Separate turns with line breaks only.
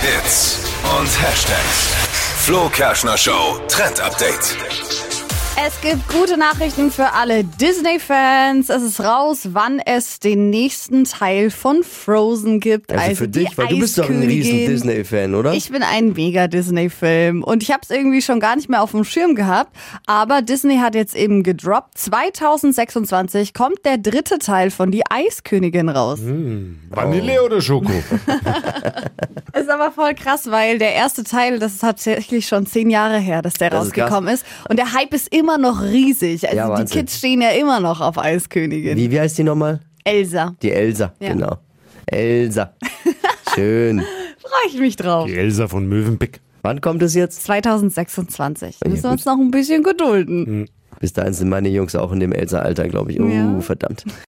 Hits und Hashtags. Flo Kerschner Show Trend Update.
Es gibt gute Nachrichten für alle Disney-Fans. Es ist raus, wann es den nächsten Teil von Frozen gibt.
Also, für
die
dich, weil du bist doch ein riesen
Eiskönigin.
Disney-Fan, oder?
Ich bin ein mega Disney-Film und ich habe es irgendwie schon gar nicht mehr auf dem Schirm gehabt. Aber Disney hat jetzt eben gedroppt. 2026 kommt der dritte Teil von Die Eiskönigin raus.
Vanille oder Schoko?
Ist aber voll krass, weil der erste Teil, das ist tatsächlich schon zehn Jahre her, dass der
Das ist krass.
rausgekommen ist, Und der Hype ist immer noch riesig. Also
Ja,
die
Wahnsinn.
Kids stehen ja immer noch auf Eiskönigin.
wie, wie heißt die nochmal?
Elsa.
Die Elsa,
Ja.
genau. Elsa. Schön.
Freue ich mich drauf.
Die Elsa von Möwenpick.
Wann kommt es jetzt?
2026. Müssen wir
gut.
uns noch ein bisschen gedulden.
Bis dahin sind meine Jungs auch in dem Elsa-Alter, glaube ich. Oh,
Ja.
verdammt.